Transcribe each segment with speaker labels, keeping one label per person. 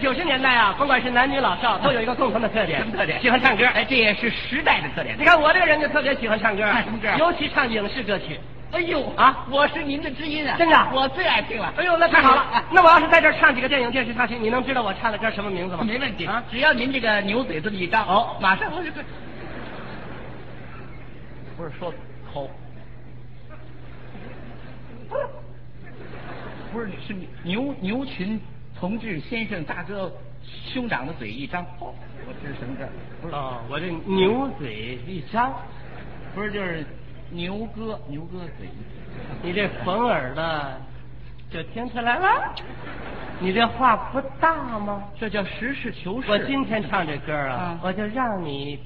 Speaker 1: 九十年代啊，甭管是男女老少，都有一个共同的特点，
Speaker 2: 什么特点
Speaker 1: 喜欢唱歌。
Speaker 2: 哎，这也是时代的特点。
Speaker 1: 你看我这个人就特别喜欢唱歌，
Speaker 2: 哎唱什么歌
Speaker 1: 尤其唱影视歌曲。
Speaker 2: 哎呦
Speaker 1: 啊
Speaker 2: 我是您的知音啊，
Speaker 1: 真的啊
Speaker 2: 我最爱听了。
Speaker 1: 哎呦，那太好了
Speaker 2: 哎！
Speaker 1: 那我要是在这儿唱几个电影、电视插曲，你能知道我唱的歌什么名字吗？
Speaker 2: 嗯没问题
Speaker 1: 啊，
Speaker 2: 只要您这个牛嘴这么一张，哦，马上我就会。不是说抠，不是是牛牛群同志先生大哥兄长的嘴一张，哦，我这是什么歌？不是，
Speaker 1: 哦，我这牛嘴一张，
Speaker 2: 不是就是牛哥牛哥嘴一
Speaker 1: 你这缝耳的就听出来了。你这话不大吗？
Speaker 2: 张，这叫实事求是。
Speaker 1: 我今天唱这歌啊
Speaker 2: 啊，
Speaker 1: 我就让你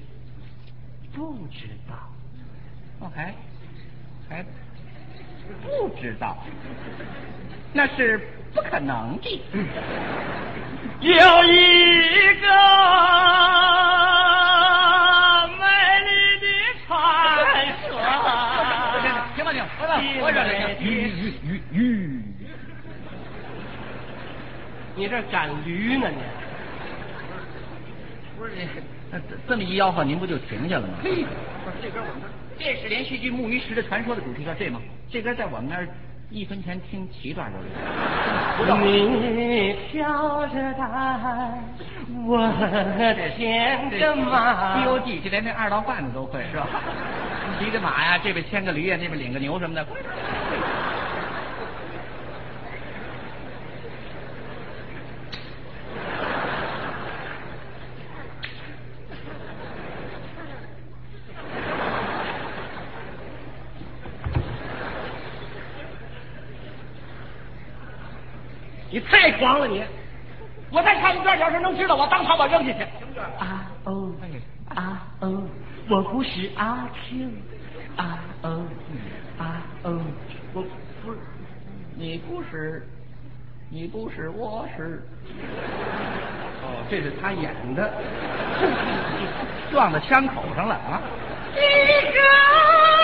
Speaker 1: 不知道。
Speaker 2: 哦，还还不知道，那是不可能的。
Speaker 1: 有一个美丽的传
Speaker 2: 行吧，行吧，行吧，我这这鱼鱼鱼，
Speaker 1: 你这赶驴呢你？
Speaker 2: 不是这这么一吆喝，您不就停下了吗？嘿，不是这歌我们这是连续剧《木鱼石的传说》的主题歌，对吗？这歌在我们那儿一分钱听七段都有。
Speaker 1: 你挑着担，我牵 着马。
Speaker 2: 《西游记》就连那二道贩子都会，是吧？ 骑着马呀，这边牵个驴呀，那边领个牛什么的。
Speaker 1: 你太狂了你！我再唱一段，要是能知道，我当场我扔下去。啊哦啊哦，我不是阿 Q。啊哦啊哦，
Speaker 2: 我不是，你不是，你不是，我是。哦，这是他演的，撞到枪口上了啊！
Speaker 3: 一个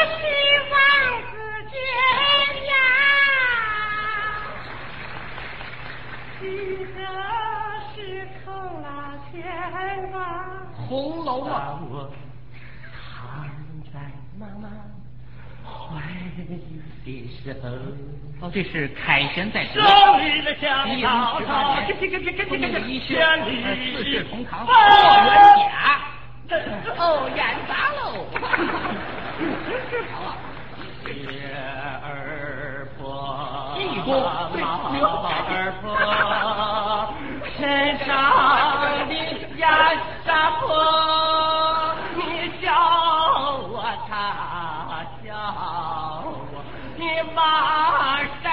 Speaker 3: 是万紫千呀，一个是扣了钱吧。
Speaker 2: 《红楼
Speaker 1: 把
Speaker 2: 梦
Speaker 1: 我躺在妈妈怀里的手。》
Speaker 2: 哦，这是凯旋在
Speaker 1: 手里的香草草，这这这这这这这千里
Speaker 2: 呃四世同堂，
Speaker 1: 报
Speaker 2: 霍元甲。
Speaker 1: 这
Speaker 2: 哦，演砸喽！
Speaker 1: 月儿婆，
Speaker 2: 一公对
Speaker 1: 老儿婆，身上的呀纱婆，你叫我她叫我，你马婶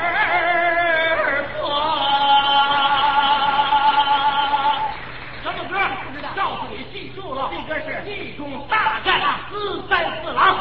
Speaker 1: 儿婆。什么歌？不知道。告诉你，记住了，这歌是《地宫大战四三四郎》。